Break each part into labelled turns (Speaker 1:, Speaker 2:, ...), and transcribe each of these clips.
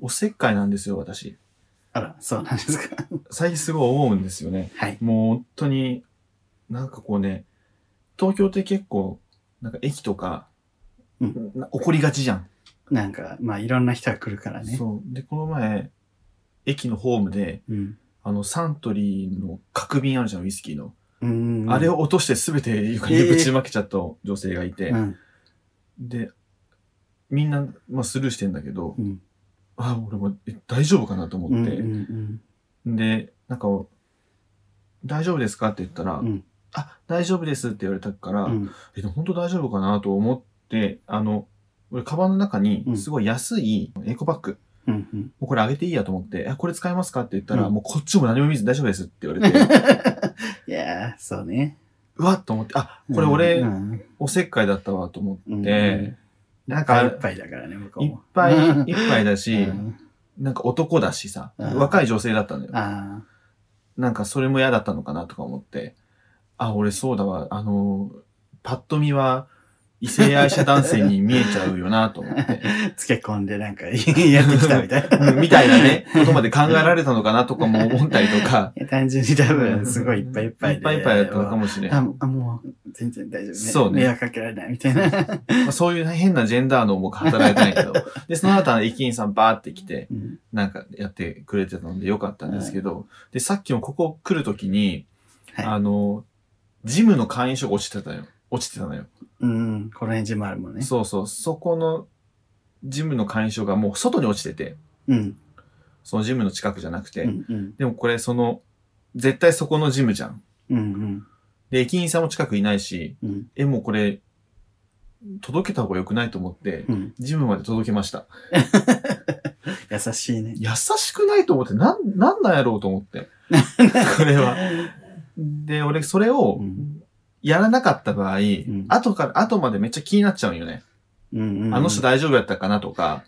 Speaker 1: おせっかいなんですよ、私。
Speaker 2: あら、そうなんですか。
Speaker 1: 最近すごい思うんですよね。
Speaker 2: はい。
Speaker 1: もう本当に、なんかこうね、東京って結構、なんか駅とか、
Speaker 2: うん
Speaker 1: な怒りがちじゃん。
Speaker 2: なんか、まあ、いろんな人が来るからね。
Speaker 1: そう。で、この前、駅のホームで、
Speaker 2: うん。
Speaker 1: あの、サントリーの角瓶あるじゃん、ウイスキーの。
Speaker 2: うん。
Speaker 1: あれを落としてすべて床にぶちまけちゃった女性がいて、
Speaker 2: うん。
Speaker 1: で、みんな、まあ、スルーしてんだけど
Speaker 2: う、ん。
Speaker 1: あ、俺もえ大丈夫かなと
Speaker 2: うん。う
Speaker 1: 思
Speaker 2: ん
Speaker 1: って、で、なんか、大丈夫ですかって言ったら、
Speaker 2: うん。
Speaker 1: あ、大丈夫ですって言われたから、
Speaker 2: うん。
Speaker 1: え、でも本当大丈夫かなと思って、あの、俺、カバンの中に
Speaker 2: う、ん
Speaker 1: すごい安いエコバッグ、
Speaker 2: うん。
Speaker 1: もうこれあげていいやと思って、え、これ使えますかって言ったら、
Speaker 2: うん
Speaker 1: もうこっちも何も見ずに大丈夫ですって言われ て、
Speaker 2: いやー、そうね。
Speaker 1: うわっと思って、あ、これ俺、
Speaker 2: うん
Speaker 1: おせっかいだったわと思
Speaker 2: うん
Speaker 1: って、なんか、
Speaker 2: いっ
Speaker 1: い
Speaker 2: ぱいだからね、向こう
Speaker 1: っ
Speaker 2: も。
Speaker 1: ぱい
Speaker 2: うん
Speaker 1: いっぱいだし、
Speaker 2: うん
Speaker 1: なんか男だしさ、
Speaker 2: うん
Speaker 1: 若い女性だったんだよ。
Speaker 2: あ
Speaker 1: なんかそれも嫌だったのかなとか思って、あ、俺そうだわ、あの、パッと見は異性愛者男性に見えちゃうよなと思って、
Speaker 2: あ、つけ込んでなんかやってきたみたいな。
Speaker 1: みたいなね、ことまで考えられたのかなとかも思ったりとか、
Speaker 2: いや。単純に多分、すごいいっぱいいっぱい
Speaker 1: いっ
Speaker 2: で。
Speaker 1: ぱいいっぱいだったのかもしれん。
Speaker 2: あもうあ、もう、全然大丈夫ね。
Speaker 1: そうね
Speaker 2: 迷惑かけられないみたいな。
Speaker 1: まあそういう変なジェンダーのも働いてないけど、で、その後は駅員さんバーって来て、
Speaker 2: うん
Speaker 1: なんかやってくれてたのでよかったんですけど、で、さっきもここ来るときに、
Speaker 2: はい
Speaker 1: あの、ジムの会員証が落ちてたよ。落ちてたのよ。
Speaker 2: うん、この辺地もあるもんね。
Speaker 1: そうそう、そこのジムの会員証がもう外に落ちてて、
Speaker 2: うん。
Speaker 1: そのジムの近くじゃなくて、
Speaker 2: うん。うん。
Speaker 1: でもこれその、絶対そこのジムじゃん。
Speaker 2: うん。
Speaker 1: で、駅員さんも近くいないし、
Speaker 2: うん。
Speaker 1: え、もうこれ、届けた方が良くないと思って、
Speaker 2: うん。
Speaker 1: ジムまで届けました。
Speaker 2: 優しいね。
Speaker 1: 優しくないと思って、なん、なんなんやろうと思 って。これは。で、俺、それを
Speaker 2: うん、
Speaker 1: やらなかった場合、
Speaker 2: ん
Speaker 1: 後から、後までめっちゃ気になっちゃうんよね。
Speaker 2: うん。うん
Speaker 1: あの人、大丈夫やったかなとか、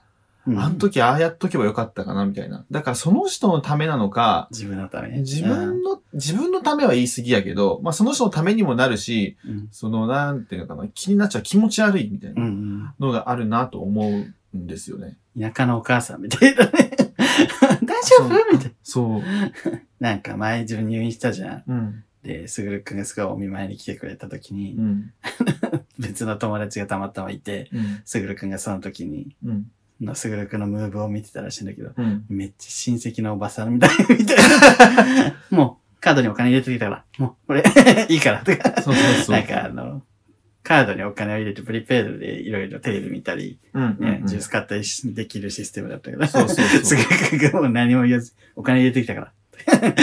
Speaker 2: うん
Speaker 1: あの時ああやっとけばよかったかなみたいな。だからその人のためなのか、
Speaker 2: 自分のためね。
Speaker 1: 自分の、自分のためは言い過ぎやけど、まあその人のためにもなるし、
Speaker 2: うん。
Speaker 1: その、なんていうのかな、気になっちゃう気持ち悪いみたい
Speaker 2: うん。う
Speaker 1: なんのがあるなと思うんですよね。
Speaker 2: うん。田舎のお母さんみたいだね。 大丈夫みたいな。
Speaker 1: そう。
Speaker 2: なんか前自分入院したじゃん。
Speaker 1: うん。
Speaker 2: で、すぐるくんがすごいお見舞いに来てくれた時に
Speaker 1: う、ん。
Speaker 2: 別の友達がたまたまいて、
Speaker 1: うん。
Speaker 2: すぐるくんがその時に、
Speaker 1: うん。
Speaker 2: のすぐるくんのムーブを見てたらしいんだけど、
Speaker 1: うん。
Speaker 2: めっちゃ親戚のおばさんみたい、みたい な。もう、カードにお金入れてきたから、もう、これ、 いいから、とか。
Speaker 1: そうそうそう。
Speaker 2: なんかあの、カードにお金を入れて、プリペイドでいろいろテレビ見たり、
Speaker 1: うん、うん。
Speaker 2: ね
Speaker 1: うん
Speaker 2: ジュース買ったりしできるシステムだったけど、
Speaker 1: そうそうそう
Speaker 2: すぐくんがもう何も言わず、お金入れてき たから。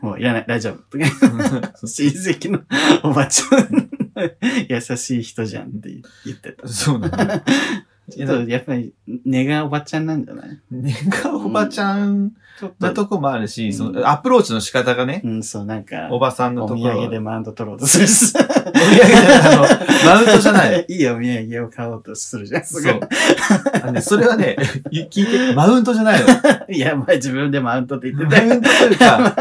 Speaker 2: もういらない、大丈夫。とか親戚のおばちゃん、 優しい人じゃんって言ってた。
Speaker 1: そうなんだよ。
Speaker 2: ちょっとやっぱり、根がおばちゃんなんじゃない
Speaker 1: ねがおばちゃん
Speaker 2: ちょっ
Speaker 1: な
Speaker 2: と、
Speaker 1: とこもあるし、
Speaker 2: うん
Speaker 1: そのアプローチの仕方がね、
Speaker 2: うん、そう、なんか、
Speaker 1: おばさんの
Speaker 2: お
Speaker 1: と
Speaker 2: 土
Speaker 1: ころは。
Speaker 2: 産でマウント取ろうとするし。
Speaker 1: お土産じゃないあの、マウントじゃない。。
Speaker 2: いいお土産を買おうとするじゃん。す
Speaker 1: そ
Speaker 2: ご
Speaker 1: う。あのねそれはね、聞いて、マウントじゃないの。
Speaker 2: い。いや、前自分でマウントって言って
Speaker 1: マ
Speaker 2: た
Speaker 1: ウ
Speaker 2: よ。
Speaker 1: ントというか、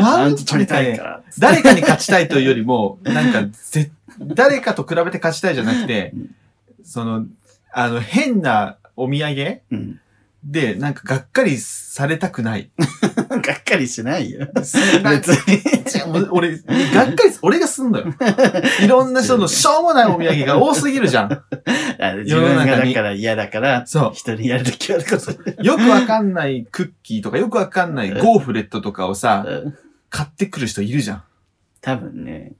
Speaker 1: マ
Speaker 2: マ
Speaker 1: ウ
Speaker 2: ウ
Speaker 1: ン
Speaker 2: ン
Speaker 1: ト取
Speaker 2: ト取
Speaker 1: り
Speaker 2: り
Speaker 1: た
Speaker 2: た
Speaker 1: い
Speaker 2: い
Speaker 1: か
Speaker 2: から。
Speaker 1: 誰かに勝ちたいというよりも、なんか、ぜ、誰かと比べて勝ちたいじゃなくて
Speaker 2: う、
Speaker 1: その、あの、変なお土産
Speaker 2: うん。
Speaker 1: で、なんか、がっかりされたくない。
Speaker 2: がっかりしないよ。別
Speaker 1: なんか
Speaker 2: に。
Speaker 1: お俺、がっかりす、俺がすんのよ。いろんな人のしょうもないお土産が多すぎるじゃん。
Speaker 2: あの自
Speaker 1: 世の
Speaker 2: 分
Speaker 1: 中
Speaker 2: が
Speaker 1: に
Speaker 2: だから嫌だから、
Speaker 1: そう。
Speaker 2: 人にやるときはこそ。
Speaker 1: よくわかんないクッキーとか、よくわかんないゴーフレットとかをさ、
Speaker 2: うん
Speaker 1: 買ってくる人いるじゃん。
Speaker 2: 多分ね、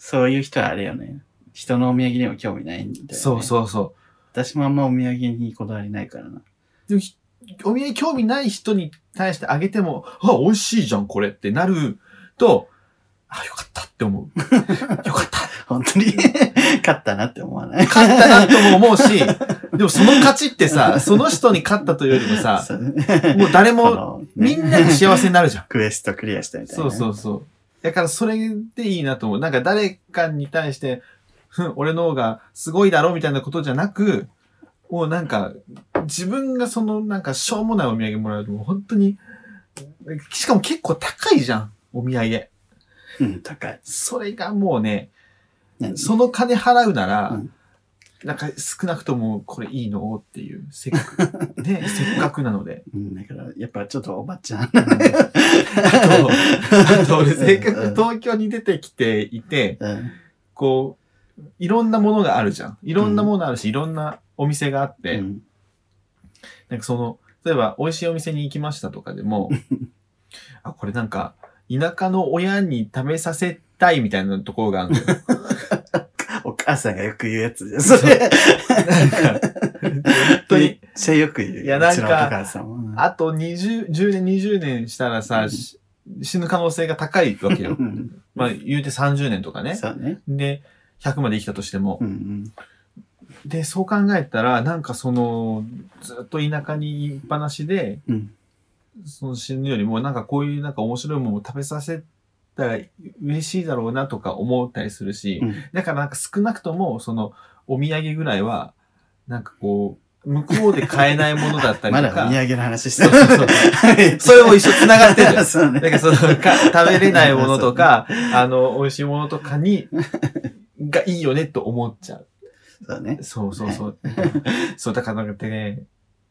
Speaker 2: そういう人はあれよね。人のお土産にも興味ないんだよ、ね。
Speaker 1: そう
Speaker 2: う。
Speaker 1: そうそ
Speaker 2: 私もあんまお土産にこだわりないからな。
Speaker 1: う。でもひお土産興味ない人に対してあげても、あ、美味しいじゃん、これってなると、あ、よかったって思 う。よかった。
Speaker 2: 本当に勝ったなって思わない。
Speaker 1: 勝ったなとも思うし、でもその勝ちってさ、その人に勝ったというよりもさ、
Speaker 2: そう
Speaker 1: もう誰
Speaker 2: こ
Speaker 1: も、
Speaker 2: の
Speaker 1: み
Speaker 2: ね
Speaker 1: んなが幸せになるじゃん。
Speaker 2: クエストクリアしたみたいな
Speaker 1: そ
Speaker 2: ね。
Speaker 1: うそうそう。だからそれでいいなと思う。なんか誰かに対して、ふん、俺の方がすごいだろみたいなことじゃなく、もうなんか、自分がそのなんかしょうもないお土産もらうと、もう本当に、しかも結構高いじゃん、お土産。
Speaker 2: うん、高い。
Speaker 1: それがもうね、
Speaker 2: 何
Speaker 1: その金払うなら、
Speaker 2: うん
Speaker 1: なんか少なくともこれいいのっていう、せっかく。で、せっかくなので。
Speaker 2: うん、だから、やっぱちょっとおばちゃん。
Speaker 1: あと、あと俺せっかく東京に出てきていて、
Speaker 2: うん。
Speaker 1: こう、いろんなものがあるじゃん。いろんなものあるし、いろんなお店があって、
Speaker 2: うん
Speaker 1: なんかその、例えば美味しいお店に行きましたとかでも、あ、これなんか、田舎の親に食べさせたいみたいなところがあるの よ。
Speaker 2: お母さんがよく言うやつじゃん。それ、
Speaker 1: なんか、本当
Speaker 2: めっ
Speaker 1: に、
Speaker 2: ちゃよく言う。
Speaker 1: いやなんか
Speaker 2: うちのお母さんは。
Speaker 1: あと20、10年、20年したらさ、し死ぬ可能性が高いわけよ
Speaker 2: う。ん
Speaker 1: まあ、言うて30年とかね。
Speaker 2: そうね。
Speaker 1: で、100まで生きたとしても
Speaker 2: う。ん
Speaker 1: で、そう考えたら、なんかその、ずっと田舎にいっぱなしで、
Speaker 2: うん。うん。
Speaker 1: その死ぬよりも、なんかこういうなんか面白いものを食べさせたら嬉しいだろうなとか思ったりするし、
Speaker 2: うん
Speaker 1: だからなんか少なくとも、その、お土産ぐらいは、なんかこう、向こうで買えないものだったり
Speaker 2: ま
Speaker 1: と
Speaker 2: だお
Speaker 1: か、
Speaker 2: 土産の話して
Speaker 1: そうそうそう
Speaker 2: る。
Speaker 1: それも一緒繋がって るじゃん
Speaker 2: そうね。
Speaker 1: なんかそのか、食べれないものとか、 あの、美味しいものとかに、がいいよねと思っちゃう。
Speaker 2: そうね。
Speaker 1: そうそう そう。そう、だからなんかね、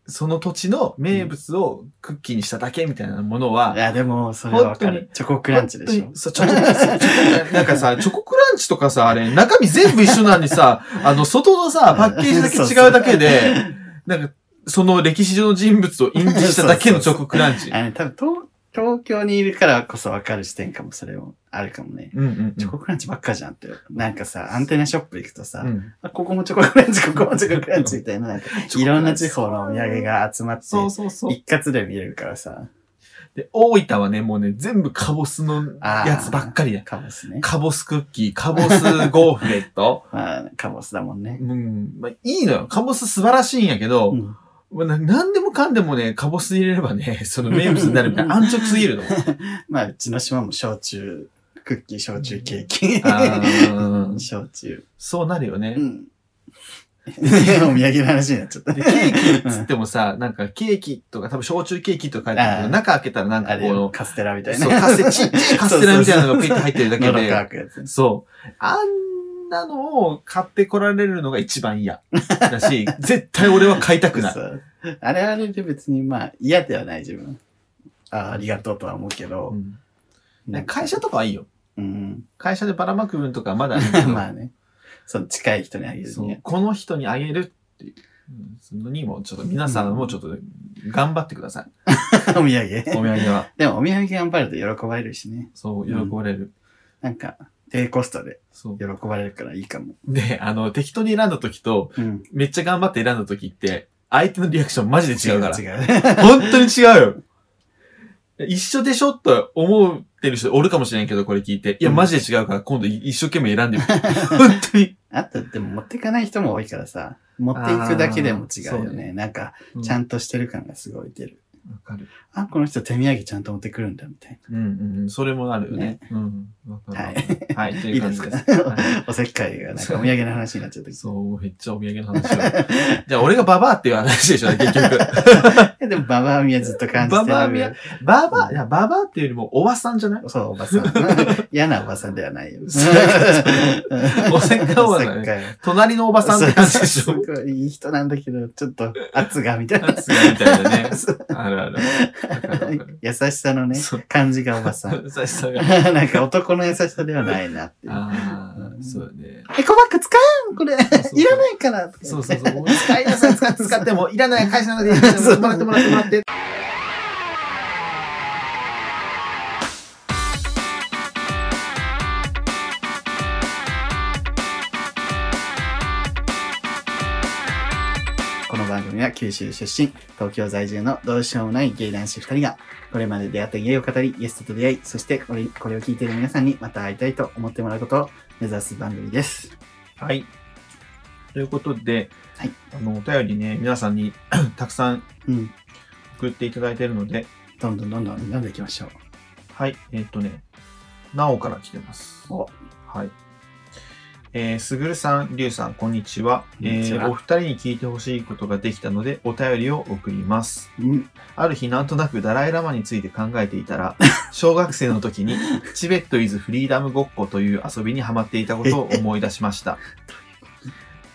Speaker 1: その土地の名物をクッキーにしただけみたいなもの
Speaker 2: い
Speaker 1: は、
Speaker 2: や、でも、それはわか
Speaker 1: 本当
Speaker 2: る。チョコクランチでし
Speaker 1: 本当
Speaker 2: ょ
Speaker 1: に。そう、チョコ、チョコなんか さ、チョコクランチとかさ、あれ、中身全部一緒なのにさ、あの、外のさ、パッケージだけ違うだけで、 なんか、その歴史上の人物を印字しただけのチョコクランチ。
Speaker 2: あの、多分東、東京にいるからこそわかる視点かも、それもあるかもね。
Speaker 1: うんうん
Speaker 2: チョコクランチばっかじゃんって。なんかさ、アンテナショップ行くとさ
Speaker 1: う、ん。
Speaker 2: あここもチョコクランチ、ここもチョコクランチみたい な、なんかいろんな地方のお土産が集まって、
Speaker 1: そうそうそう。
Speaker 2: 一括で見れるからさ、
Speaker 1: で、大分はね、もうね、全部カボスのやつばっかりだ。
Speaker 2: カボスね。
Speaker 1: カボスクッキー、カボスゴーフレッ ト。
Speaker 2: まあ、カボスだもんね
Speaker 1: う。ん。まあ、いいのよ。カボス素晴らしいんやけど、
Speaker 2: うん
Speaker 1: まあな何でもかんでもね、カボス入れればね、その名物になるみた いな、安直すぎるの。
Speaker 2: まあ、うちの島も焼酎、クッキー、焼酎、ケーキ。
Speaker 1: あー
Speaker 2: 焼酎。
Speaker 1: そうなるよね
Speaker 2: う。ん。 お土産の話になっちゃった。
Speaker 1: で、ケーキっつってもさ、なんかケーキとか、多分焼酎ケーキとか書いてあるけど、
Speaker 2: あー
Speaker 1: 中開けたらなん
Speaker 2: あ
Speaker 1: かこ
Speaker 2: れ
Speaker 1: の、
Speaker 2: カステラみたいな。
Speaker 1: そう、カステラ、 ちっちゃいカステラみたいなのがピッて入ってるだけ
Speaker 2: 喉乾
Speaker 1: で、
Speaker 2: くやつ。
Speaker 1: そう。あんなのを買ってこられるのが一番嫌。だし、 絶対俺は買いたくない。
Speaker 2: そうあれはあれで別にまあ嫌ではない自分。ああ、ありがとうとは思うけど。
Speaker 1: うん
Speaker 2: なんか
Speaker 1: 会社とかはいいよ。
Speaker 2: うん。
Speaker 1: 会社でばらまく分とかまだいいけど
Speaker 2: まあね。その近い人にあげる
Speaker 1: そ
Speaker 2: には
Speaker 1: う。この人にあげるっていううんそのにも、ちょっと皆さんもちょっと頑張ってください。
Speaker 2: お
Speaker 1: お
Speaker 2: 土産。
Speaker 1: 土産は。
Speaker 2: でもお土産頑張ると喜ばれるしね。
Speaker 1: そう、喜
Speaker 2: うん
Speaker 1: ばれる。
Speaker 2: なんか、低コストで
Speaker 1: そう
Speaker 2: 喜。ばれるからいいかも。
Speaker 1: で、あの、適当に選んだ時と、
Speaker 2: うん。
Speaker 1: めっちゃ頑張って選んだ時って、相手のリアクションマジで違うから。
Speaker 2: 違う。
Speaker 1: 本当に違うよ。一緒でしょと思ってる人おるかもしれんけど、これ聞いて。いや、
Speaker 2: うん
Speaker 1: マジで違うから、今度一生懸命選ん でみて。本当に。
Speaker 2: あと、でも持ってかない人も多いからさ、持っていくだけでも違う
Speaker 1: あー
Speaker 2: よ
Speaker 1: そう
Speaker 2: ね。
Speaker 1: ね
Speaker 2: なんか、
Speaker 1: う
Speaker 2: ちゃんとしてる感がすごい出る。
Speaker 1: わかる。
Speaker 2: あ、この人手土産ちゃんと持ってくるんだ、みたい
Speaker 1: うんうんうん。それもあるよね。うん。わか
Speaker 2: な。は
Speaker 1: る。
Speaker 2: い。
Speaker 1: はい。という感じです。
Speaker 2: いいですか
Speaker 1: はい
Speaker 2: おせっかいが、なんかお土産の話になっちゃったけど。
Speaker 1: そう、めっちゃお土産の話を。じゃあ、俺がババアっていう話でしょ、結局。
Speaker 2: えでも、ババアミはずっと感じて
Speaker 1: ババアミはババア、いや、ババアっていうよりも、おばさんじゃない
Speaker 2: そう、おば さん。嫌なおばさんではないよ。
Speaker 1: そうおせっかいおばさんだね
Speaker 2: おせっかい
Speaker 1: 隣のおばさんって感じでし
Speaker 2: そ
Speaker 1: ょ
Speaker 2: うそうそういい人なんだけど、ちょっと圧が、みたい な。
Speaker 1: すごいみたいなね。あるある。わかるわかる
Speaker 2: 優しさのね
Speaker 1: そう、
Speaker 2: 感じがおばさ ん。
Speaker 1: 優しさが。
Speaker 2: なんか男の優しさではないなっていう。
Speaker 1: あ
Speaker 2: う
Speaker 1: あ、
Speaker 2: ん
Speaker 1: そうね。
Speaker 2: エコバッグ使うんこれ。
Speaker 1: そう
Speaker 2: いらないから。
Speaker 1: そうそうそう。使いなさい、使って、使っても、いらない会社なの で、
Speaker 2: そう
Speaker 1: もらってもらってもらって。
Speaker 2: この番組は九州出身、東京在住のどうしようもない芸男子二人が、これまで出会った芸を語り、ゲストと出会い、そしてこれこれを聞いている皆さんにまた会いたいと思ってもらうことを目指す番組です。
Speaker 1: はい。ということで、
Speaker 2: はい
Speaker 1: あの、お便りね、皆さんに たくさん
Speaker 2: うん。
Speaker 1: 送っていただいているので、
Speaker 2: どんどんどんどん読んでいきましょう。
Speaker 1: はい。えっ、とね、なおから来てます。
Speaker 2: お
Speaker 1: はい。えー、すぐるさん、りゅうさん、こんにちは。
Speaker 2: こんにちは
Speaker 1: えーお二人に聞いてほしいことができたので、お便りを送ります。
Speaker 2: うん。
Speaker 1: ある日、なんとなくダライラマについて考えていたら、小学生の時に、チベットイズフリーダムごっこという遊びにハマっていたことを思い出しました。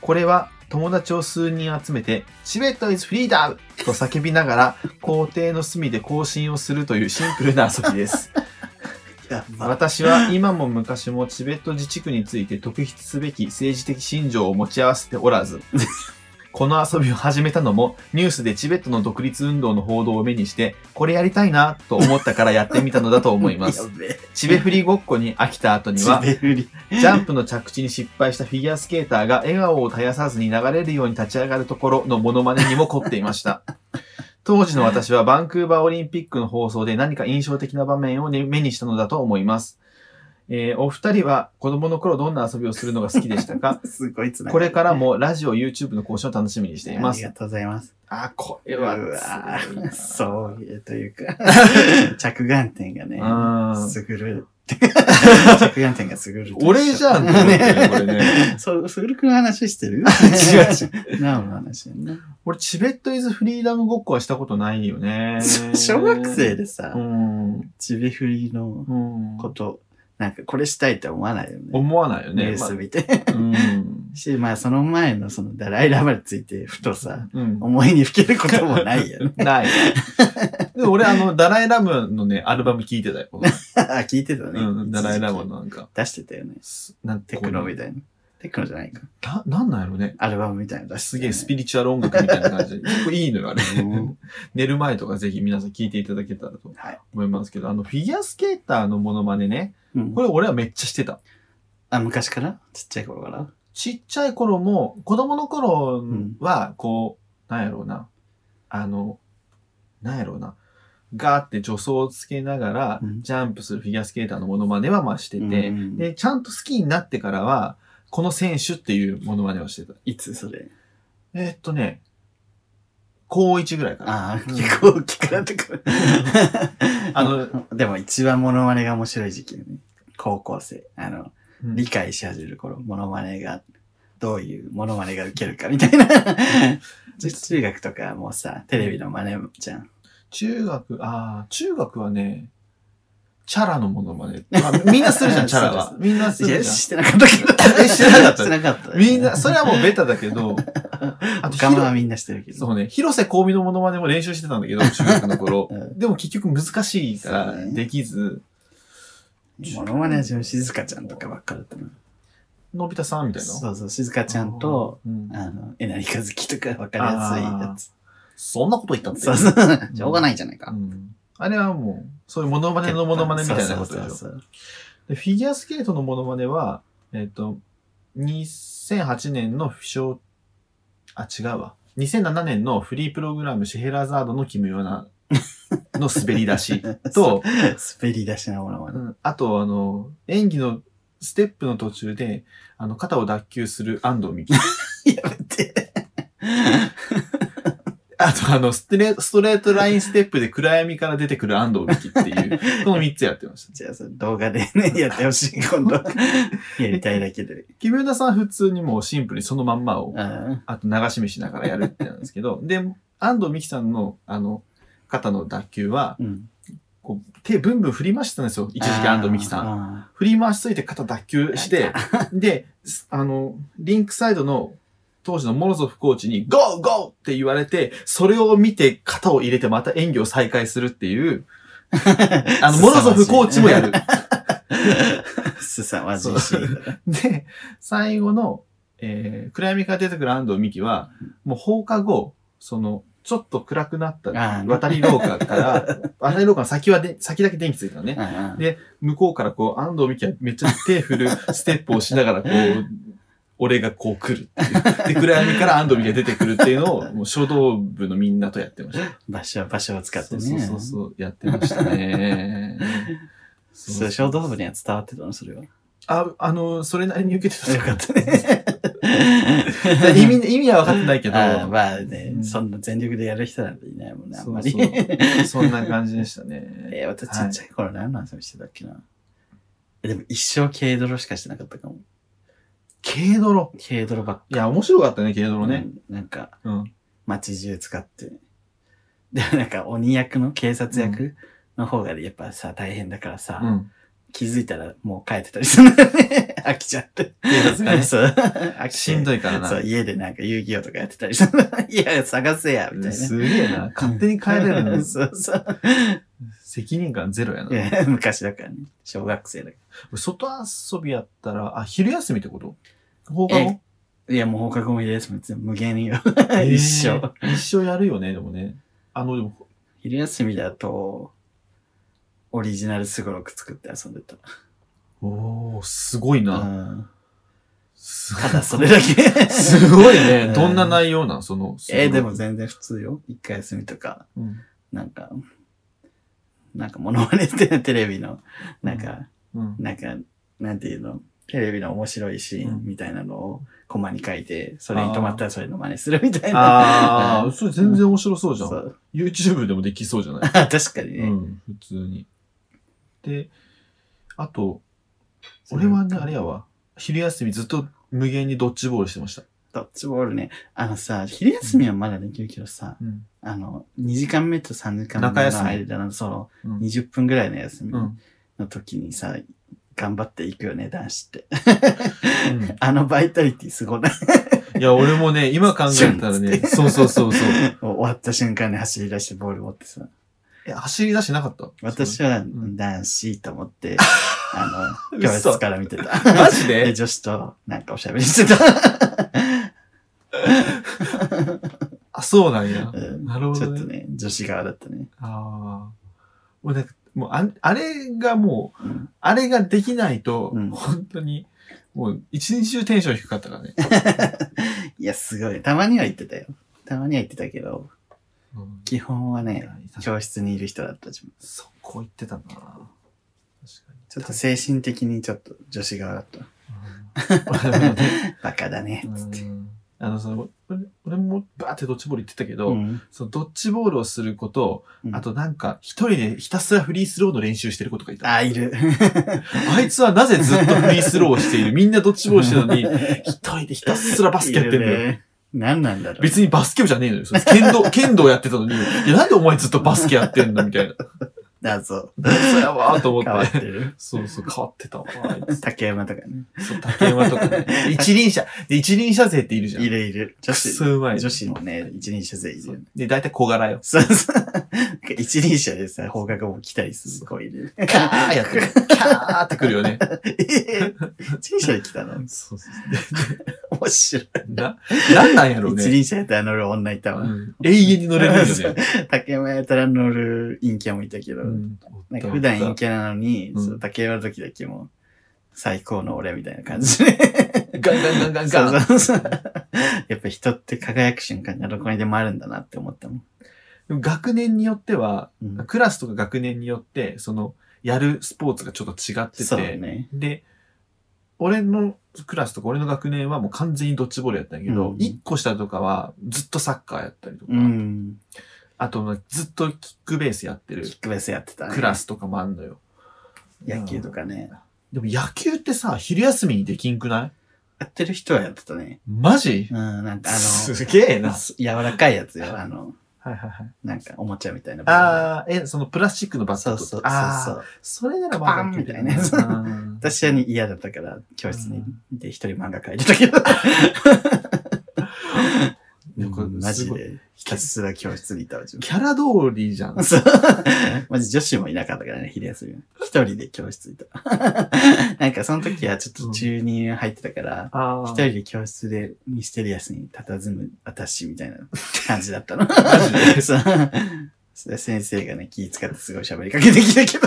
Speaker 1: これは友達を数人集めて、チベットイズフリーダムと叫びながら、校庭の隅で行進をするというシンプルな遊びです。
Speaker 2: やば。
Speaker 1: 私は今も昔もチベット自治区について特筆すべき政治的信条を持ち合わせておら ず、この遊びを始めたのもニュースでチベットの独立運動の報道を目にして、これやりたいなと思ったからやってみたのだと 思いま
Speaker 2: や
Speaker 1: す。
Speaker 2: べえ。
Speaker 1: チベフリごっこに飽きた後には、
Speaker 2: 滑り。
Speaker 1: ジャンプの着地に失敗したフィギュアスケーターが笑顔を絶やさずに流れるように立ち上がるところのモノマネにも凝っていま した。当時の私はバンクーバーオリンピックの放送で何か印象的な場面をね目にしたのだと思います。えーお二人は子供の頃どんな遊びをするのが好きでした か
Speaker 2: すごいつな
Speaker 1: これからもラジオ、YouTube の更新を楽しみにしていま
Speaker 2: あり
Speaker 1: す
Speaker 2: が。とうございます。
Speaker 1: あ、こ
Speaker 2: う
Speaker 1: れは
Speaker 2: わ
Speaker 1: すごいな
Speaker 2: そういうとい うか、着眼点がね、
Speaker 1: うん
Speaker 2: 優 る。着眼点が優る。
Speaker 1: 俺じゃん
Speaker 2: ね
Speaker 1: これね
Speaker 2: そう、優くんの話してる
Speaker 1: 違
Speaker 2: う違う。なおの話やね。。
Speaker 1: 俺、チベットイズフリーダムごっこはしたことないよね
Speaker 2: 小学生でさ
Speaker 1: う、ん。
Speaker 2: ちびふりの
Speaker 1: うん
Speaker 2: こと、なんかこれしたいって思わないよね。
Speaker 1: 思わないよ
Speaker 2: ニ
Speaker 1: ね。
Speaker 2: ュー
Speaker 1: まあ
Speaker 2: ス見て。
Speaker 1: うん。
Speaker 2: し、まあその前のそのダライラマについて、ふとさ、
Speaker 1: うん。。
Speaker 2: 思いにふけることもないよね
Speaker 1: ない。で、俺、あの、ダライラムのね、アルバム聞いてたよ。
Speaker 2: 聞いてたね。
Speaker 1: うん、ダライラム
Speaker 2: 一時期
Speaker 1: のなんか、
Speaker 2: 出してたよね。
Speaker 1: すなん
Speaker 2: テクノみ
Speaker 1: た
Speaker 2: たいな。テクノじゃないか。
Speaker 1: いな。なんなんやろね。
Speaker 2: アルバムみたいなの出してた
Speaker 1: す
Speaker 2: よ
Speaker 1: げ
Speaker 2: ね、
Speaker 1: えスピリチュアル音楽みたいな感じで。結構いいのよ、あれ。
Speaker 2: うん
Speaker 1: 寝る前とかぜひ皆さん聞いていただけたらと
Speaker 2: はい
Speaker 1: 思いますけど、あの、フィギュアスケーターのモノマネね。
Speaker 2: うん
Speaker 1: これ俺はめっちゃしてた。
Speaker 2: あ、昔からちっちゃい頃から
Speaker 1: ちっちゃい頃も、子供の頃
Speaker 2: ん
Speaker 1: は、こう、なんやろうな。あの、なんやろうな。ガーって助走をつけながら、
Speaker 2: うん
Speaker 1: ジャンプするフィギュアスケーターのモノマネはまあしてて、
Speaker 2: うん
Speaker 1: で、ちゃんと好きになってからは、この選手っていうモノマネをしてた。
Speaker 2: いつそれ
Speaker 1: えーっとね、高1ぐらいかな。
Speaker 2: ああ、
Speaker 1: うん
Speaker 2: 結構大きくなってくる。
Speaker 1: あの、
Speaker 2: でも一番モノマネが面白い時期よね。高校生。あの、
Speaker 1: うん
Speaker 2: 理解し始める頃、モノマネが、どういうモノマネが受けるかみたいな。中学とかもうさ、テレビのマネじゃん。
Speaker 1: 中学、ああ、中学はね、チャラのモノマネ。まあみんなするじゃん、チャラ
Speaker 2: そ
Speaker 1: は
Speaker 2: う。
Speaker 1: みんなす
Speaker 2: いや
Speaker 1: るじゃん。
Speaker 2: してなかった
Speaker 1: 。
Speaker 2: けど
Speaker 1: えしてなかった
Speaker 2: してなかった。
Speaker 1: みんな、それはもうベタだけ ど、あと
Speaker 2: 他
Speaker 1: ひ
Speaker 2: も
Speaker 1: ろ
Speaker 2: はみんなしてるけど。
Speaker 1: そうね、広瀬香美のモノマネも練習してたんだけど、中学の 頃
Speaker 2: う。ん
Speaker 1: でも結局難しいか
Speaker 2: そう
Speaker 1: ら
Speaker 2: ね
Speaker 1: できず、
Speaker 2: モノマネは自分静香ちゃんとかばっかだったな。
Speaker 1: のび太さんみたいな。
Speaker 2: そうそう、静香ちゃんと、
Speaker 1: うん、
Speaker 2: あの、えなりかずきとかわかりやす
Speaker 1: そんなこと言った
Speaker 2: いやつ。そうそう。しょうがないじゃないか
Speaker 1: う。んあれはもう、そういうモノマネのモノマネみたいなことでし
Speaker 2: そう
Speaker 1: ょ。
Speaker 2: そうそう
Speaker 1: でフィギュアスケートのモノマネは、えっ、と、2008年の不詳、あ、違うわ。2007年のフリープログラムシェヘラザードの奇妙な、の滑り出しと、
Speaker 2: そう滑り出しのものま
Speaker 1: う
Speaker 2: ね。
Speaker 1: んあと、あの、演技のステップの途中で、あの、肩を脱臼する安藤美希。
Speaker 2: やめて。
Speaker 1: あと、あの、ストレストレートラインステップで暗闇から出てくる安藤美希っていう、この3つやってました。
Speaker 2: じゃあ、それ動画でね、やってほしい、今度。やりたいだけで。
Speaker 1: 木村さん普通にもうシンプルにそのまんまを、
Speaker 2: うん
Speaker 1: あと流し見しながらやるってなんですけど、で、安藤美希さんの、あの、肩の脱臼は、
Speaker 2: うん。
Speaker 1: こう、手ブンブン振り回してたんですよ。一時期安藤美希さん。
Speaker 2: ん。
Speaker 1: 振り回しといて肩脱臼して、で、すあの、リンクサイドの当時のモロゾフコーチに、ゴーゴーって言われて、それを見て肩を入れてまた演技を再開するっていう、あの、モロゾフコーチもやる。
Speaker 2: すさまじいシーンだな。
Speaker 1: で、最後の、えー、暗闇から出てくる安藤美希は、もう放課後、その、ちょっと暗くなった
Speaker 2: あー
Speaker 1: 渡り廊下から、渡り廊下の先はで、先だけ電気ついてたのね。
Speaker 2: うんうん
Speaker 1: で向こうからこう、安藤美希はめっちゃ手振るステップをしながらこう、俺がこう来るっていう。で、暗闇から安藤美希が出てくるっていうのを、もう書道部のみんなとやってました。
Speaker 2: 場所は場所を使ってね。
Speaker 1: そうそうそう、やってましたね。そう
Speaker 2: そう小動物には伝わってたの、それは。よ
Speaker 1: あ、あの、それなりに受けてたと思う
Speaker 2: かったね。
Speaker 1: 意味、意味は分かってないけど、
Speaker 2: あー まあね
Speaker 1: う、ん
Speaker 2: そんな全力でやる人なんていないもんね、あんまり。
Speaker 1: そうそうそんな感じでしたね。
Speaker 2: えー、私ちっちゃい頃何の遊びしてたっけな。えでも一生軽泥しかしてなかったかも。
Speaker 1: 軽泥。
Speaker 2: 軽泥ばっか
Speaker 1: いや、面白かったね、軽
Speaker 2: り
Speaker 1: 泥ね。。
Speaker 2: うんなんか、
Speaker 1: うん。
Speaker 2: 街中使って。で、なんか鬼役の警察役の方がやっぱさ、大変だからさ、
Speaker 1: うん。
Speaker 2: 気づいたらもう帰ってたりするんだよね。 飽きちゃって。
Speaker 1: 警察がね
Speaker 2: そう。飽きて
Speaker 1: しんどいからな。
Speaker 2: そう、家でなんか遊戯王とかやってたりする。 いや、探せや、みたいな。
Speaker 1: すげえな。勝手に帰れるの、
Speaker 2: そうそう。
Speaker 1: 責任感ゼロやな。
Speaker 2: いや昔だからね。小学生だか
Speaker 1: 俺外遊びやったら、あ、昼休みってこと放課 後
Speaker 2: ら。いや、もう放課後もいいです。別に無限よ。
Speaker 1: えー
Speaker 2: 一緒。
Speaker 1: 一生やるよね、でもね。あの、でも、
Speaker 2: 昼休みだと、オリジナルスゴロク作って遊んでた。
Speaker 1: おー、すごいうな。
Speaker 2: ん。
Speaker 1: す
Speaker 2: ただそれだけ。
Speaker 1: すごいね。
Speaker 2: うん
Speaker 1: どんな内容なんその。
Speaker 2: えーでも全然普通よ。一回休みとか、
Speaker 1: うん。
Speaker 2: なんか、なんかモノマネってテレビの、なんか、
Speaker 1: うん。
Speaker 2: なんか、なんていうの、テレビの面白いシーンみたいなのをコマに書いて、それに止まったらそれの真似するみたいな。
Speaker 1: ああ、それ全然面白そうじゃ
Speaker 2: そ
Speaker 1: ん。
Speaker 2: う
Speaker 1: YouTube でもできそうじ ゃない
Speaker 2: 確かに
Speaker 1: う
Speaker 2: ね。
Speaker 1: ん、普通に。で、あと、俺はね、あれやわ。昼休みずっと無限にドッジボールしてました。
Speaker 2: ドッジボールね。あのさ、昼休みはまだできるけどさ、
Speaker 1: うん。
Speaker 2: あの、2時間目と3時間目
Speaker 1: 中休
Speaker 2: の
Speaker 1: み
Speaker 2: 間の、その、
Speaker 1: うん
Speaker 2: 20分ぐらいの休み
Speaker 1: うん。
Speaker 2: の時にさ、頑張っていくよね、男子って。あのバイタリティすごない。
Speaker 1: いや、俺もね、今考えたら
Speaker 2: シュンっつっ
Speaker 1: ね、
Speaker 2: て
Speaker 1: そうそうそうそう。
Speaker 2: 終わった瞬間に走り出してボール持ってさ。
Speaker 1: え、走り出してなかった
Speaker 2: 私は
Speaker 1: ん
Speaker 2: 男子と思って、あの、教
Speaker 1: 嘘
Speaker 2: 室から見てた。
Speaker 1: マジで
Speaker 2: 女子となんかおしゃべりしてた。
Speaker 1: あ、そうなんや。
Speaker 2: うん
Speaker 1: なるほ
Speaker 2: ち
Speaker 1: ど
Speaker 2: ょっと
Speaker 1: ね。
Speaker 2: ね、女子側だったね。
Speaker 1: ああ。もうなんか、もうあ、あれがもう、
Speaker 2: うん
Speaker 1: あれができないと、
Speaker 2: うん
Speaker 1: 本当に、もう一日中テンション低かったからね。
Speaker 2: いや、すごい。たまには行ってたよ。たまには行ってたけど、
Speaker 1: うん
Speaker 2: 基本はいね、
Speaker 1: や
Speaker 2: 教室にいる人だった自分。
Speaker 1: そこ行ってたな確かに。
Speaker 2: ちょっと精神的にちょっと女子側だった。 バカだね、つって。
Speaker 1: うんあの、その、俺俺もバーってドッジボール行ってたけど、
Speaker 2: うん
Speaker 1: そのドッジボールをすること、
Speaker 2: うん
Speaker 1: あとなんか、一人でひたすらフリースローの練習してることがいた。あ
Speaker 2: あ、いる。
Speaker 1: いつはなぜずっとフリースローをしてい るみんなドッジボールしてるのに、一人でひたすらバスケやってんだ
Speaker 2: い
Speaker 1: よ。
Speaker 2: ね。何なんだろう。
Speaker 1: 別にバスケ部じゃねえのよ。それ剣 道、剣道やってたのに、いや、なんでお前ずっとバスケやってんのみたいな。
Speaker 2: 謎。
Speaker 1: そうやわーと思
Speaker 2: 変わ
Speaker 1: っ
Speaker 2: って
Speaker 1: て。
Speaker 2: る。
Speaker 1: そうそう、変わってたわー。あいつ
Speaker 2: 竹山とかね。
Speaker 1: そう、竹山とかね。一輪車。で、一輪車勢っているじゃん。
Speaker 2: いるいる。女
Speaker 1: く
Speaker 2: 子。
Speaker 1: そうまい。
Speaker 2: 女子もね、一輪車勢いる
Speaker 1: そ
Speaker 2: よ
Speaker 1: う
Speaker 2: ね。
Speaker 1: で、大体小柄 よ。
Speaker 2: そうそう。なんか一輪車でさ、放課後も来たりする子いる。
Speaker 1: キャーやってる。キャーってくるよね。
Speaker 2: え一輪車で来たの
Speaker 1: そうそう
Speaker 2: 面白い。
Speaker 1: な、なんなんやろう
Speaker 2: 一
Speaker 1: ね。
Speaker 2: 輪車やったら乗る女いた
Speaker 1: う
Speaker 2: わ。
Speaker 1: ん永遠に乗れる よね。
Speaker 2: 竹山やったら乗る陰キャもいたけど、
Speaker 1: うん
Speaker 2: なんか普段陰キャなのに、
Speaker 1: うん
Speaker 2: そう竹山の時だけもう最高の俺みたいな感じで。
Speaker 1: ガンガンガンガン
Speaker 2: そ
Speaker 1: ガン。
Speaker 2: うそうそうやっぱ人って輝く瞬間がどこにでもあるんだなって思ったもん。
Speaker 1: でも学年によっては、
Speaker 2: うん
Speaker 1: クラスとか学年によって、その、やるスポーツがちょっと違って
Speaker 2: そう
Speaker 1: て、
Speaker 2: ね。
Speaker 1: で、俺のクラスとか俺の学年はもう完全にドッジボールやったんやけ
Speaker 2: う
Speaker 1: ど、
Speaker 2: ん
Speaker 1: 一個下とかはずっとサッカーやったりとか
Speaker 2: う、ん。
Speaker 1: あとまあずっとキックベースやってる
Speaker 2: キックベースやってたね。
Speaker 1: クラスとかもあんのよ。
Speaker 2: 野球とかね。
Speaker 1: でも野球ってさ、昼休みにできんくない
Speaker 2: やってる人はやってたね。
Speaker 1: マジ
Speaker 2: うん、なんかあの、
Speaker 1: すげえな。
Speaker 2: 柔らかいやつよ。あの、
Speaker 1: はいはいはい。
Speaker 2: なんかおもちゃみたいな。
Speaker 1: あー、え、そのプラスチックの
Speaker 2: あ
Speaker 1: バッ
Speaker 2: そ
Speaker 1: ト
Speaker 2: うそうそう
Speaker 1: あ
Speaker 2: そ
Speaker 1: ー
Speaker 2: う。
Speaker 1: それなら
Speaker 2: カパンみたいなやつ私
Speaker 1: 私
Speaker 2: はに嫌だったから、教室に
Speaker 1: う、
Speaker 2: で、一人漫画描いてた けど。
Speaker 1: でもこれ
Speaker 2: うんマ
Speaker 1: す
Speaker 2: ジ
Speaker 1: ごい
Speaker 2: で、ひたすら教室にいたわ、自分。
Speaker 1: キャラ通りじゃん。
Speaker 2: そう。マジ女子もいなかったからね、昼休みは。一人で教室いた。 なんかその時はちょっと中2入ってたから、
Speaker 1: あ
Speaker 2: 一
Speaker 1: ー
Speaker 2: 人で教室でミステリアスに佇む私みたいな感じだったの。
Speaker 1: ジ
Speaker 2: そうそれ先生がね、気使ってすごい喋りかけてきたけど、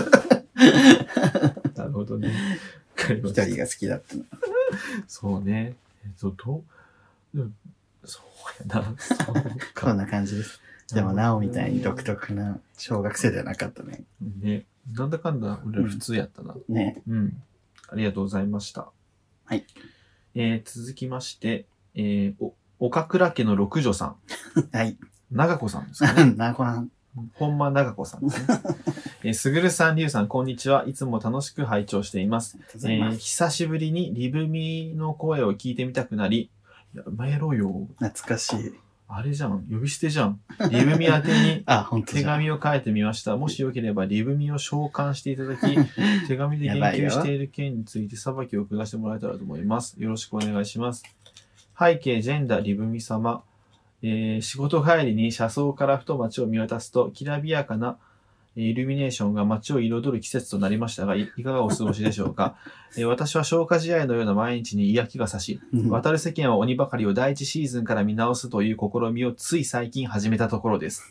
Speaker 1: なるほどね。わかりま
Speaker 2: 一
Speaker 1: した
Speaker 2: 人が好きだったの。
Speaker 1: そうね。えっと、どう、でもそうやな。そう
Speaker 2: こん
Speaker 1: か。
Speaker 2: な感じです。でも、なおみたいに独特な小学生ではなかったね。
Speaker 1: ね。なんだかんだ、俺ら普通やったな。
Speaker 2: ね。
Speaker 1: うん。ありがとうございました。
Speaker 2: はい。
Speaker 1: えー、続きまして、えー、お、岡倉家の六女さん。
Speaker 2: はい。
Speaker 1: 長子さんですかね。
Speaker 2: なごはん。
Speaker 1: 本間長子さんです ね。えー、すぐるさん、りゅうさん、こんにちは。いつも楽しく拝聴しています。
Speaker 2: ありがとうご
Speaker 1: え
Speaker 2: ざいま
Speaker 1: ー
Speaker 2: す。
Speaker 1: 久しぶりにリブミの声を聞いてみたくなり、やめろよ。
Speaker 2: 懐かしい。
Speaker 1: あれじゃん、呼び捨てじゃん。リブミ宛てに
Speaker 2: あ、本当
Speaker 1: 手
Speaker 2: じゃん。
Speaker 1: 紙を書いてみました。もしよければリブミを召喚していた だき、手紙で言及している件について裁きを下してもらえたらと思います。よろしくお願いします。背景、ジェンダー、リブミ様。えー仕事帰りに車窓からふと街を見渡すと、きらびやかなえーイルミネーションが街を彩る季節となりましたが、いいかがお過ごしでしょうか、えー私は消化試合のような毎日に嫌気がさし、
Speaker 2: うん
Speaker 1: 渡る世間は鬼ばかりを第一シーズンから見直すという試みをつい最近始めたところ です。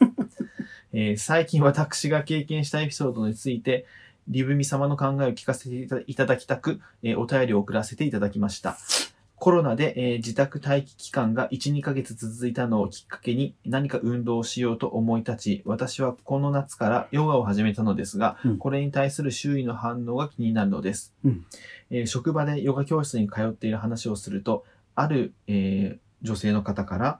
Speaker 1: えー最近私が経験したエピソードについて、リブミ様の考えを聞かせていたいただきたく、えーお便りを送らせていただきました。コロナで、えー自宅待機期間が1、2ヶ月続いたのをきっかけに何か運動をしようと思い立ち、私はこの夏からヨガを始めたのですが、
Speaker 2: うん
Speaker 1: これに対する周囲の反応が気になるのです。
Speaker 2: うん
Speaker 1: えー職場でヨガ教室に通っている話をすると、ある、えー女性の方から、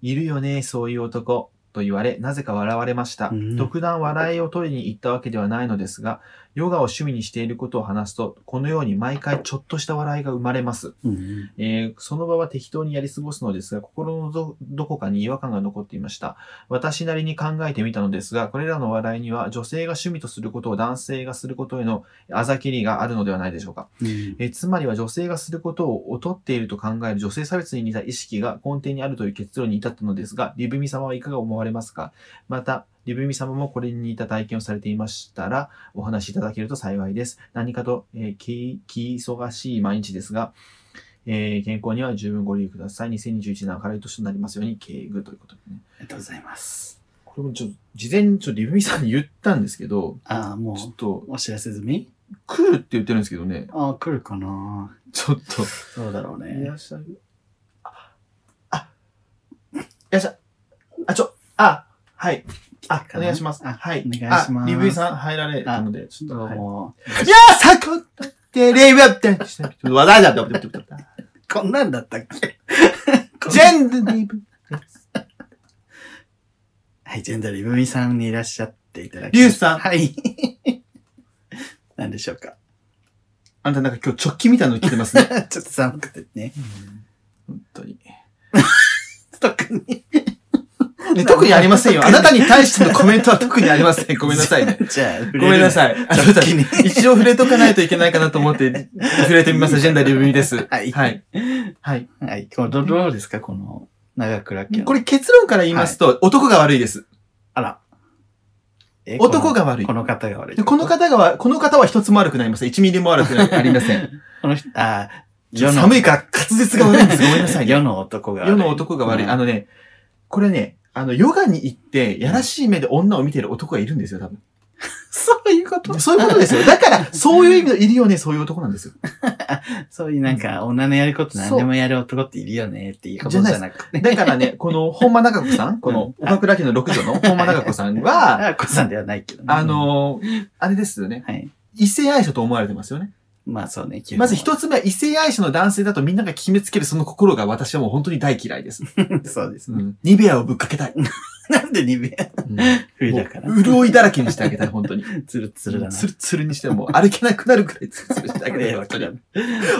Speaker 1: いるよね、そういう男。と言われ、なぜか笑われました。
Speaker 2: うん
Speaker 1: 特段笑いを取りに行ったわけではないのですが、ヨガを趣味にしていることを話すと、このように毎回ちょっとした笑いが生まれます。
Speaker 2: うん
Speaker 1: えーその場は適当にやり過ごすのですが、心のどどこかに違和感が残っていました。私なりに考えてみたのですが、これらの笑いには女性が趣味とすることを男性がすることへのあざきりがあるのではないでしょうか。
Speaker 2: うん
Speaker 1: えーつまりは女性がすることを劣っていると考える女性差別に似た意識が根底にあるという結論に至ったのですが、リブミ様はいかが思われますかまた、リブミ様もこれに似た体験をされていましたら、お話しいただけると幸いです。何かと、えー気、気忙しい毎日ですが、えー健康には十分ご留意ください。2021年明るい年になりますように、敬具ということでね。
Speaker 2: ありがとうございます。
Speaker 1: これもちょっと、事前にちょっとリブミさんに言ったんですけど、
Speaker 2: ああ、も
Speaker 1: ちょっ
Speaker 2: う、
Speaker 1: と、
Speaker 2: お知らせ済み
Speaker 1: 来るって言ってるんですけどね、
Speaker 2: ああ、来るかな。
Speaker 1: ちょっと、
Speaker 2: そうだろう
Speaker 1: い
Speaker 2: ね
Speaker 1: ら。っしゃる。あ、あ、いらっしゃ、あ、ちょ、あ、はい。あ、お願いします。
Speaker 2: あ
Speaker 1: はい。
Speaker 2: お願いします
Speaker 1: あリブイさん入られたので、ちょっと。
Speaker 2: どう
Speaker 1: はい
Speaker 2: も。
Speaker 1: いやー、最高テレビやって、話題だって、
Speaker 2: こんなんだったっけ こん
Speaker 1: ジェンダーリブ、
Speaker 2: はい、ジェンダーリブミさんにいらっしゃっていただき。
Speaker 1: リュウさん
Speaker 2: はい。 何でしょうか。
Speaker 1: あんたなんか今日直帰みたいなの着てますね。
Speaker 2: ちょっと寒くて ね。
Speaker 1: 本当に。
Speaker 2: 特に。
Speaker 1: ね特にありませんよ。あなたに対してのコメントは特にありません。ごめんなさい ね。。
Speaker 2: じゃあ、
Speaker 1: ごめんなさ
Speaker 2: い。
Speaker 1: い。あな
Speaker 2: 直
Speaker 1: た
Speaker 2: 近に。
Speaker 1: 一応触れとかないといけないかなと思 って、触れてみました。ジェンダーリブミです。
Speaker 2: はい
Speaker 1: はい。はい。
Speaker 2: はい。このどどうですかこの、長倉家の。
Speaker 1: これ結論から言いますと、男が悪いです。
Speaker 2: あら。え
Speaker 1: 男
Speaker 2: こ
Speaker 1: が悪
Speaker 2: の
Speaker 1: い
Speaker 2: こ。の方が悪い。
Speaker 1: でこの方がわ、この方は一つも悪くなりません。1ミリも悪くな ありません。
Speaker 2: この人、ああ、
Speaker 1: 寒いから滑舌が悪いん です。ごめんなさい、ね。
Speaker 2: 世の男が悪い。
Speaker 1: 世の男が悪い。
Speaker 2: うん
Speaker 1: あのね、これね、あの、ヨガに行って、やらしい目で女を見てる男がいるんですよ、多分。
Speaker 2: そういうこと
Speaker 1: そういうことですよ。だから、そういう意味のいるよね、そういう男なんですよ。
Speaker 2: そういうなんか、女のやること何でもやる男っているよねっていうことじ
Speaker 1: そう
Speaker 2: ゃなくて。
Speaker 1: だからね、この、本間中子さん、この、岡倉家の六女の本間中子さんは、
Speaker 2: あ、子さんではないけどね
Speaker 1: あ、のあれですよね。
Speaker 2: はい。
Speaker 1: 異性愛者と思われてますよね。
Speaker 2: まあそうね、
Speaker 1: まず一つ目は異性愛者の男性だとみんなが決めつけるその心が私はもう本当に大嫌い です。
Speaker 2: つ。そうです
Speaker 1: う
Speaker 2: ね。
Speaker 1: ん、ニベアをぶっかけたい。
Speaker 2: なんでニベア冬だから
Speaker 1: も。う潤いだらけにしてあげたい、本当 に。
Speaker 2: つるつるだな。
Speaker 1: ツルツルにしてもう歩けなくなるくらい ツルツルしてあげたい。
Speaker 2: 迷
Speaker 1: 本
Speaker 2: 惑
Speaker 1: 当
Speaker 2: だ
Speaker 1: に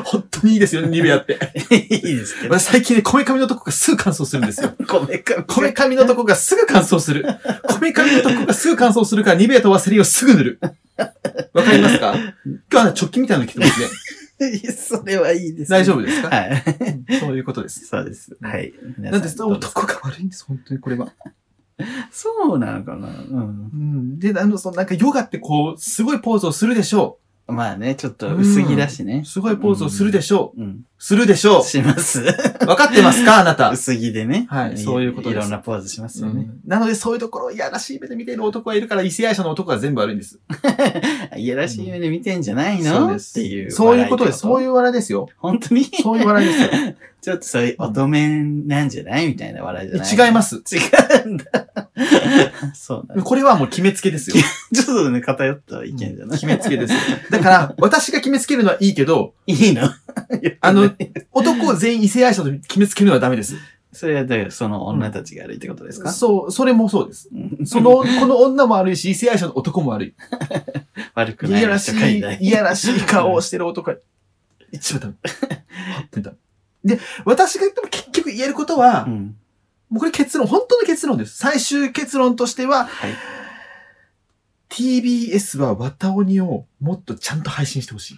Speaker 1: 本当にいいですよ、ニベアって。
Speaker 2: いいですけど。
Speaker 1: 私最近ね、こめかみのとこがすぐ乾燥するん ですよ。
Speaker 2: こめかみ。
Speaker 1: こめかみのとこがすぐ乾燥する。こめかみのとこがすぐ乾燥するから、ニベアとワセリンをすぐ塗る。わかりますか今日は直帰みたいなの着てますね。
Speaker 2: それはいいです。
Speaker 1: 大丈夫ですか、
Speaker 2: はい。
Speaker 1: そういうことです。
Speaker 2: そうです。はい。皆
Speaker 1: な
Speaker 2: さ
Speaker 1: んです
Speaker 2: どうです
Speaker 1: 男が悪いんです、本当にこれは。
Speaker 2: そうなのかなうん。
Speaker 1: うん。で、あの、そのなんかヨガってこう、すごいポーズをするでしょ
Speaker 2: まあね、ちょっと薄着だしね
Speaker 1: う。。すごいポーズをするでしょう。
Speaker 2: うん。
Speaker 1: するでしょう。
Speaker 2: します。
Speaker 1: わかってますかあなた。
Speaker 2: 薄着でね。
Speaker 1: はいそういうことです
Speaker 2: いろんなポーズします
Speaker 1: う
Speaker 2: よね。
Speaker 1: んなので、そういうところをいやらしい目で見ている男がいるから、異性愛者の男が全部悪いんです。
Speaker 2: いやらしい目で見てんじゃないの、
Speaker 1: そうで
Speaker 2: っていう。。
Speaker 1: す。そういうことです。そういうう笑いですよ。
Speaker 2: 本当に
Speaker 1: そういう笑いですよ。
Speaker 2: ちょっとそういう乙女なんじゃないみたいな笑いじゃない
Speaker 1: 違います。
Speaker 2: す。違うんだ。そうなんだ。
Speaker 1: これはもう決めつけですよ。
Speaker 2: ちょっとね、偏った意見じゃない、
Speaker 1: 決めつけです。だから、私が決めつけるのはいいけど、
Speaker 2: いいの
Speaker 1: あの、男を全員異性愛者と決めつけるのはダメです。
Speaker 2: それはだからその女たちが悪いってことですか、
Speaker 1: そう、それもそうです。
Speaker 2: うん
Speaker 1: その、この女も悪いし、異性愛者の男も悪い。
Speaker 2: 悪く
Speaker 1: い
Speaker 2: ない
Speaker 1: やらし、
Speaker 2: 人かいないい。
Speaker 1: いやらしい顔をしてる男が、一番ダメ。本当にダメ。で、私が言っても結局言えることは、
Speaker 2: うん。
Speaker 1: もうこれ結論、本当の結論です。最終結論としては、
Speaker 2: はい
Speaker 1: TBS は綿鬼をもっとちゃんと配信してほし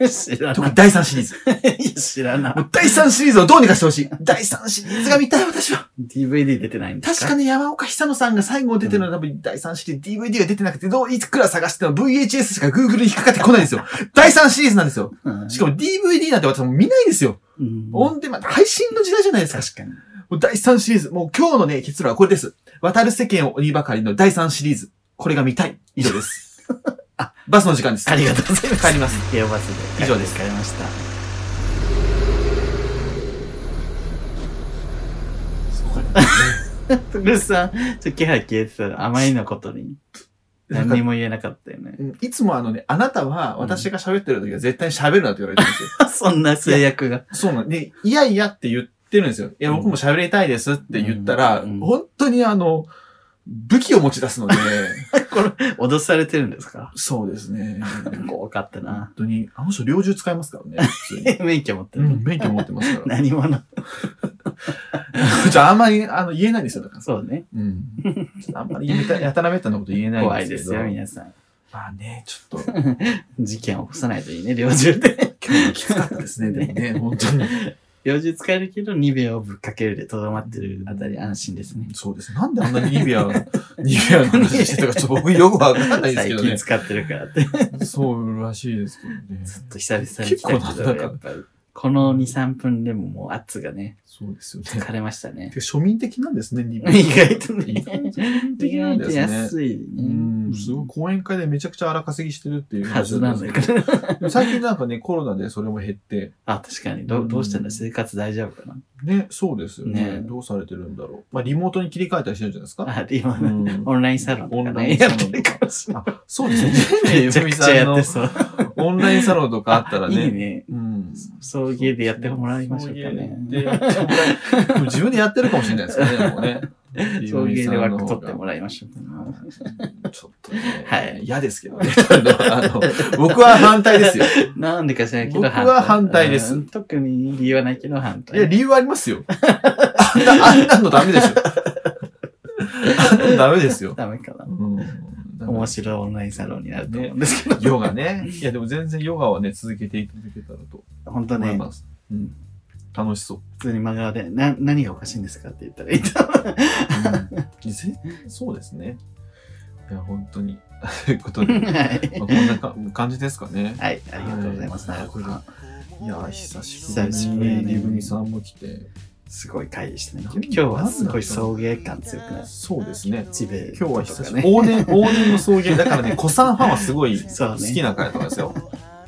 Speaker 1: い。
Speaker 2: 知ら
Speaker 1: 特
Speaker 2: な
Speaker 1: に第3シリーズ。
Speaker 2: い。知らな
Speaker 1: もう第3シリーズをどうにかしてほしい。第3シリーズが見たい、私は。
Speaker 2: い。DVD 出てないんです
Speaker 1: 確
Speaker 2: か
Speaker 1: かね、山岡久乃さんが最後出てるのは多分第3シリーズ、DVD が出てなくて、どういくら探しても VHS しか Google に引っかかってこないんですよ。第3シリーズなんですよ。
Speaker 2: うん
Speaker 1: しかも DVD なんて私はもう見ないですよ。
Speaker 2: うん
Speaker 1: オンデマンド、配信の時代じゃないですか。
Speaker 2: 確かに。
Speaker 1: もう第3シリーズ。もう今日のね、結論はこれです。渡る世間を鬼ばかりの第3シリーズ。これが見たい。以上 です。
Speaker 2: あ
Speaker 1: バスの時間です。
Speaker 2: ありがとうございます。
Speaker 1: 帰ります。
Speaker 2: ゲオバスで。
Speaker 1: 以上です
Speaker 2: 帰りました。トグルさん、ちょっと気配消えてた。あまりのことに。
Speaker 1: なん
Speaker 2: 何
Speaker 1: か
Speaker 2: にも言えなかったよ ね。
Speaker 1: うんいつもあのね、あなたは私が喋ってる時は絶対に喋るなって言われてるんで すよ。
Speaker 2: そんな制約が。
Speaker 1: そうなんで、いやいやって言ってるんですよ。いや、
Speaker 2: うん
Speaker 1: 僕も喋りたいですって言ったら、
Speaker 2: うんうん
Speaker 1: 本当にあの、武器を持ち出すの で、
Speaker 2: これ、脅されてるんですか
Speaker 1: そうですね。
Speaker 2: 怖かった
Speaker 1: 本
Speaker 2: な。
Speaker 1: 当に、あの人猟銃使いますからね、普通に。
Speaker 2: 免許持って
Speaker 1: う
Speaker 2: る
Speaker 1: ん、。免許持って ますから。
Speaker 2: 何者
Speaker 1: じゃあ、あんまり、あの、言えないんですよ、だから。
Speaker 2: そうね。
Speaker 1: うん。ちょっとあんまりやた、やたらめったなこと言えない
Speaker 2: 怖
Speaker 1: ん
Speaker 2: い
Speaker 1: で
Speaker 2: ですす
Speaker 1: けど。
Speaker 2: よ、皆さん。
Speaker 1: まあね、ちょっと、
Speaker 2: 事件を起こさないといいね、猟銃で。
Speaker 1: 今日もきつかったですね、でもね、本当に。
Speaker 2: 猟銃使えるけど、2秒ぶっかけるでとどまってるあたり安心ですね。
Speaker 1: そうです。なんであんなにニビア、ニビアの話してたか、ちょっと僕よくわかんないですけ
Speaker 2: 最
Speaker 1: どね
Speaker 2: 近。使ってるから って。ちょ
Speaker 1: そうらしいですけどね。
Speaker 2: っと久々に来たけ
Speaker 1: 結構な
Speaker 2: ど、
Speaker 1: んか
Speaker 2: やっぱり。この2、3分でももう圧がね、
Speaker 1: そうですよね。
Speaker 2: 疲れましたね。
Speaker 1: 庶民的なんですね、日本。
Speaker 2: 意外とね
Speaker 1: 意。外と庶民
Speaker 2: 意
Speaker 1: 的なん
Speaker 2: 外
Speaker 1: で
Speaker 2: と
Speaker 1: すね。
Speaker 2: 安いね。
Speaker 1: うん、すごい講演会でめちゃくちゃ荒稼ぎしてるっていう
Speaker 2: はずなん だけど。
Speaker 1: でも最近なんかね、コロナでそれも減って、
Speaker 2: あ、確かに。どうどうしてんだ生活大丈夫か
Speaker 1: ね、そうですよね。
Speaker 2: ね
Speaker 1: どうされてるんだろう。まあ、リモートに切り替えたりしてるんじゃないです
Speaker 2: な
Speaker 1: か。
Speaker 2: あ、今
Speaker 1: う
Speaker 2: の
Speaker 1: ん、
Speaker 2: オンラインサロンと
Speaker 1: オン
Speaker 2: か
Speaker 1: ライ
Speaker 2: ね、
Speaker 1: ンサロ
Speaker 2: や
Speaker 1: ン
Speaker 2: ってるかもしれな
Speaker 1: あ、そうですね。
Speaker 2: い。 めちゃくちゃやってそう。
Speaker 1: オンラインサロンとかあったらね。
Speaker 2: いいね。
Speaker 1: うん。
Speaker 2: 送迎でやってもらいましょうか
Speaker 1: でや
Speaker 2: ね。
Speaker 1: ってもらいでも自分でやってるかもしれないですけどね、もうね。
Speaker 2: 送迎で枠取って
Speaker 1: ら
Speaker 2: もらいましょうかね。
Speaker 1: ちょっとね、
Speaker 2: はい
Speaker 1: 嫌ですけどね。あの僕は反対ですよ。
Speaker 2: なんでか知らないけど
Speaker 1: 僕は反対です
Speaker 2: うん特に理由はないけど反
Speaker 1: い
Speaker 2: 対。
Speaker 1: や、理由ありますよ。あんな、あんなのダメでしょ。あんなのダメですよ。
Speaker 2: ダメかな
Speaker 1: う。ん。
Speaker 2: 面白いオンラインサロンになると思うんですけど。
Speaker 1: ヨガね。いや、でも全然ヨガはね、続けていただけたらと
Speaker 2: 本当
Speaker 1: 思い
Speaker 2: ね、
Speaker 1: ます。うん。楽しそう。
Speaker 2: 普通に真顔で、な、何がおかしいんですかって言ったらいいと思う。
Speaker 1: うんぜそうですね。いや、本当に。という ことで、ま
Speaker 2: はい
Speaker 1: あこんなか感じですかね。
Speaker 2: はい、ありがとうございます。
Speaker 1: はい
Speaker 2: なるほど
Speaker 1: いや、久し
Speaker 2: 久し
Speaker 1: ぶ
Speaker 2: ぶり
Speaker 1: りに
Speaker 2: に
Speaker 1: ね、リブミさんも来て。
Speaker 2: すごい会でしたね。
Speaker 1: なん
Speaker 2: 今日はすごい送迎感強くない
Speaker 1: そうですね。
Speaker 2: チベ
Speaker 1: 今日は久しぶり。
Speaker 2: り。
Speaker 1: 往年、往年の送迎。だ からね、古参ファンはすごい
Speaker 2: そう
Speaker 1: 好
Speaker 2: ね
Speaker 1: きな回だと思いますよ。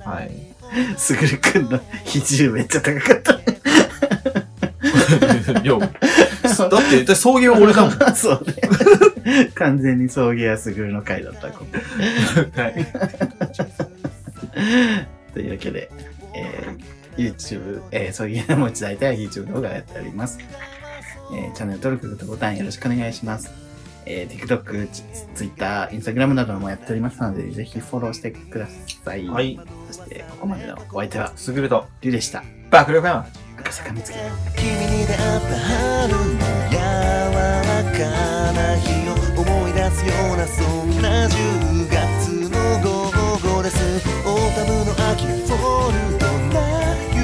Speaker 1: はい。
Speaker 2: すぐるくんの比重めっちゃ高かった。
Speaker 1: いや、だって、だって送迎は俺だもん。は
Speaker 2: そうね。 完全に送迎はすぐるの回だった、ここ
Speaker 1: い。
Speaker 2: というわけで、えー YouTube、えー、そういうの持ち大体は YouTube 動画をやっております。えーチャンネル登録、グッドボタンよろしくお願いします。えー TikTok、ツ Twitter、Instagram などもやっておりますので、ぜひフォローしてください。
Speaker 1: はい。
Speaker 2: そして、ここまでのお相手は、
Speaker 1: すぐると、
Speaker 2: リュウでした。
Speaker 1: 爆力山。
Speaker 2: 赤坂見つけ。
Speaker 3: 君に出会った春の柔らかな日を思い出すようなそんな10月の午後ですオータムの秋フォルトな夢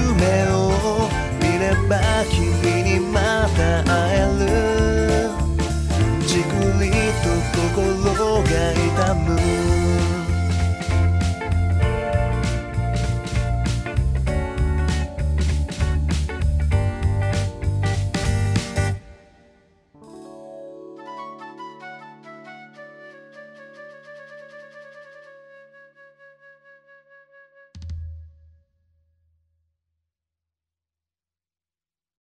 Speaker 3: を見れば君にまた会えるじくりと心が痛む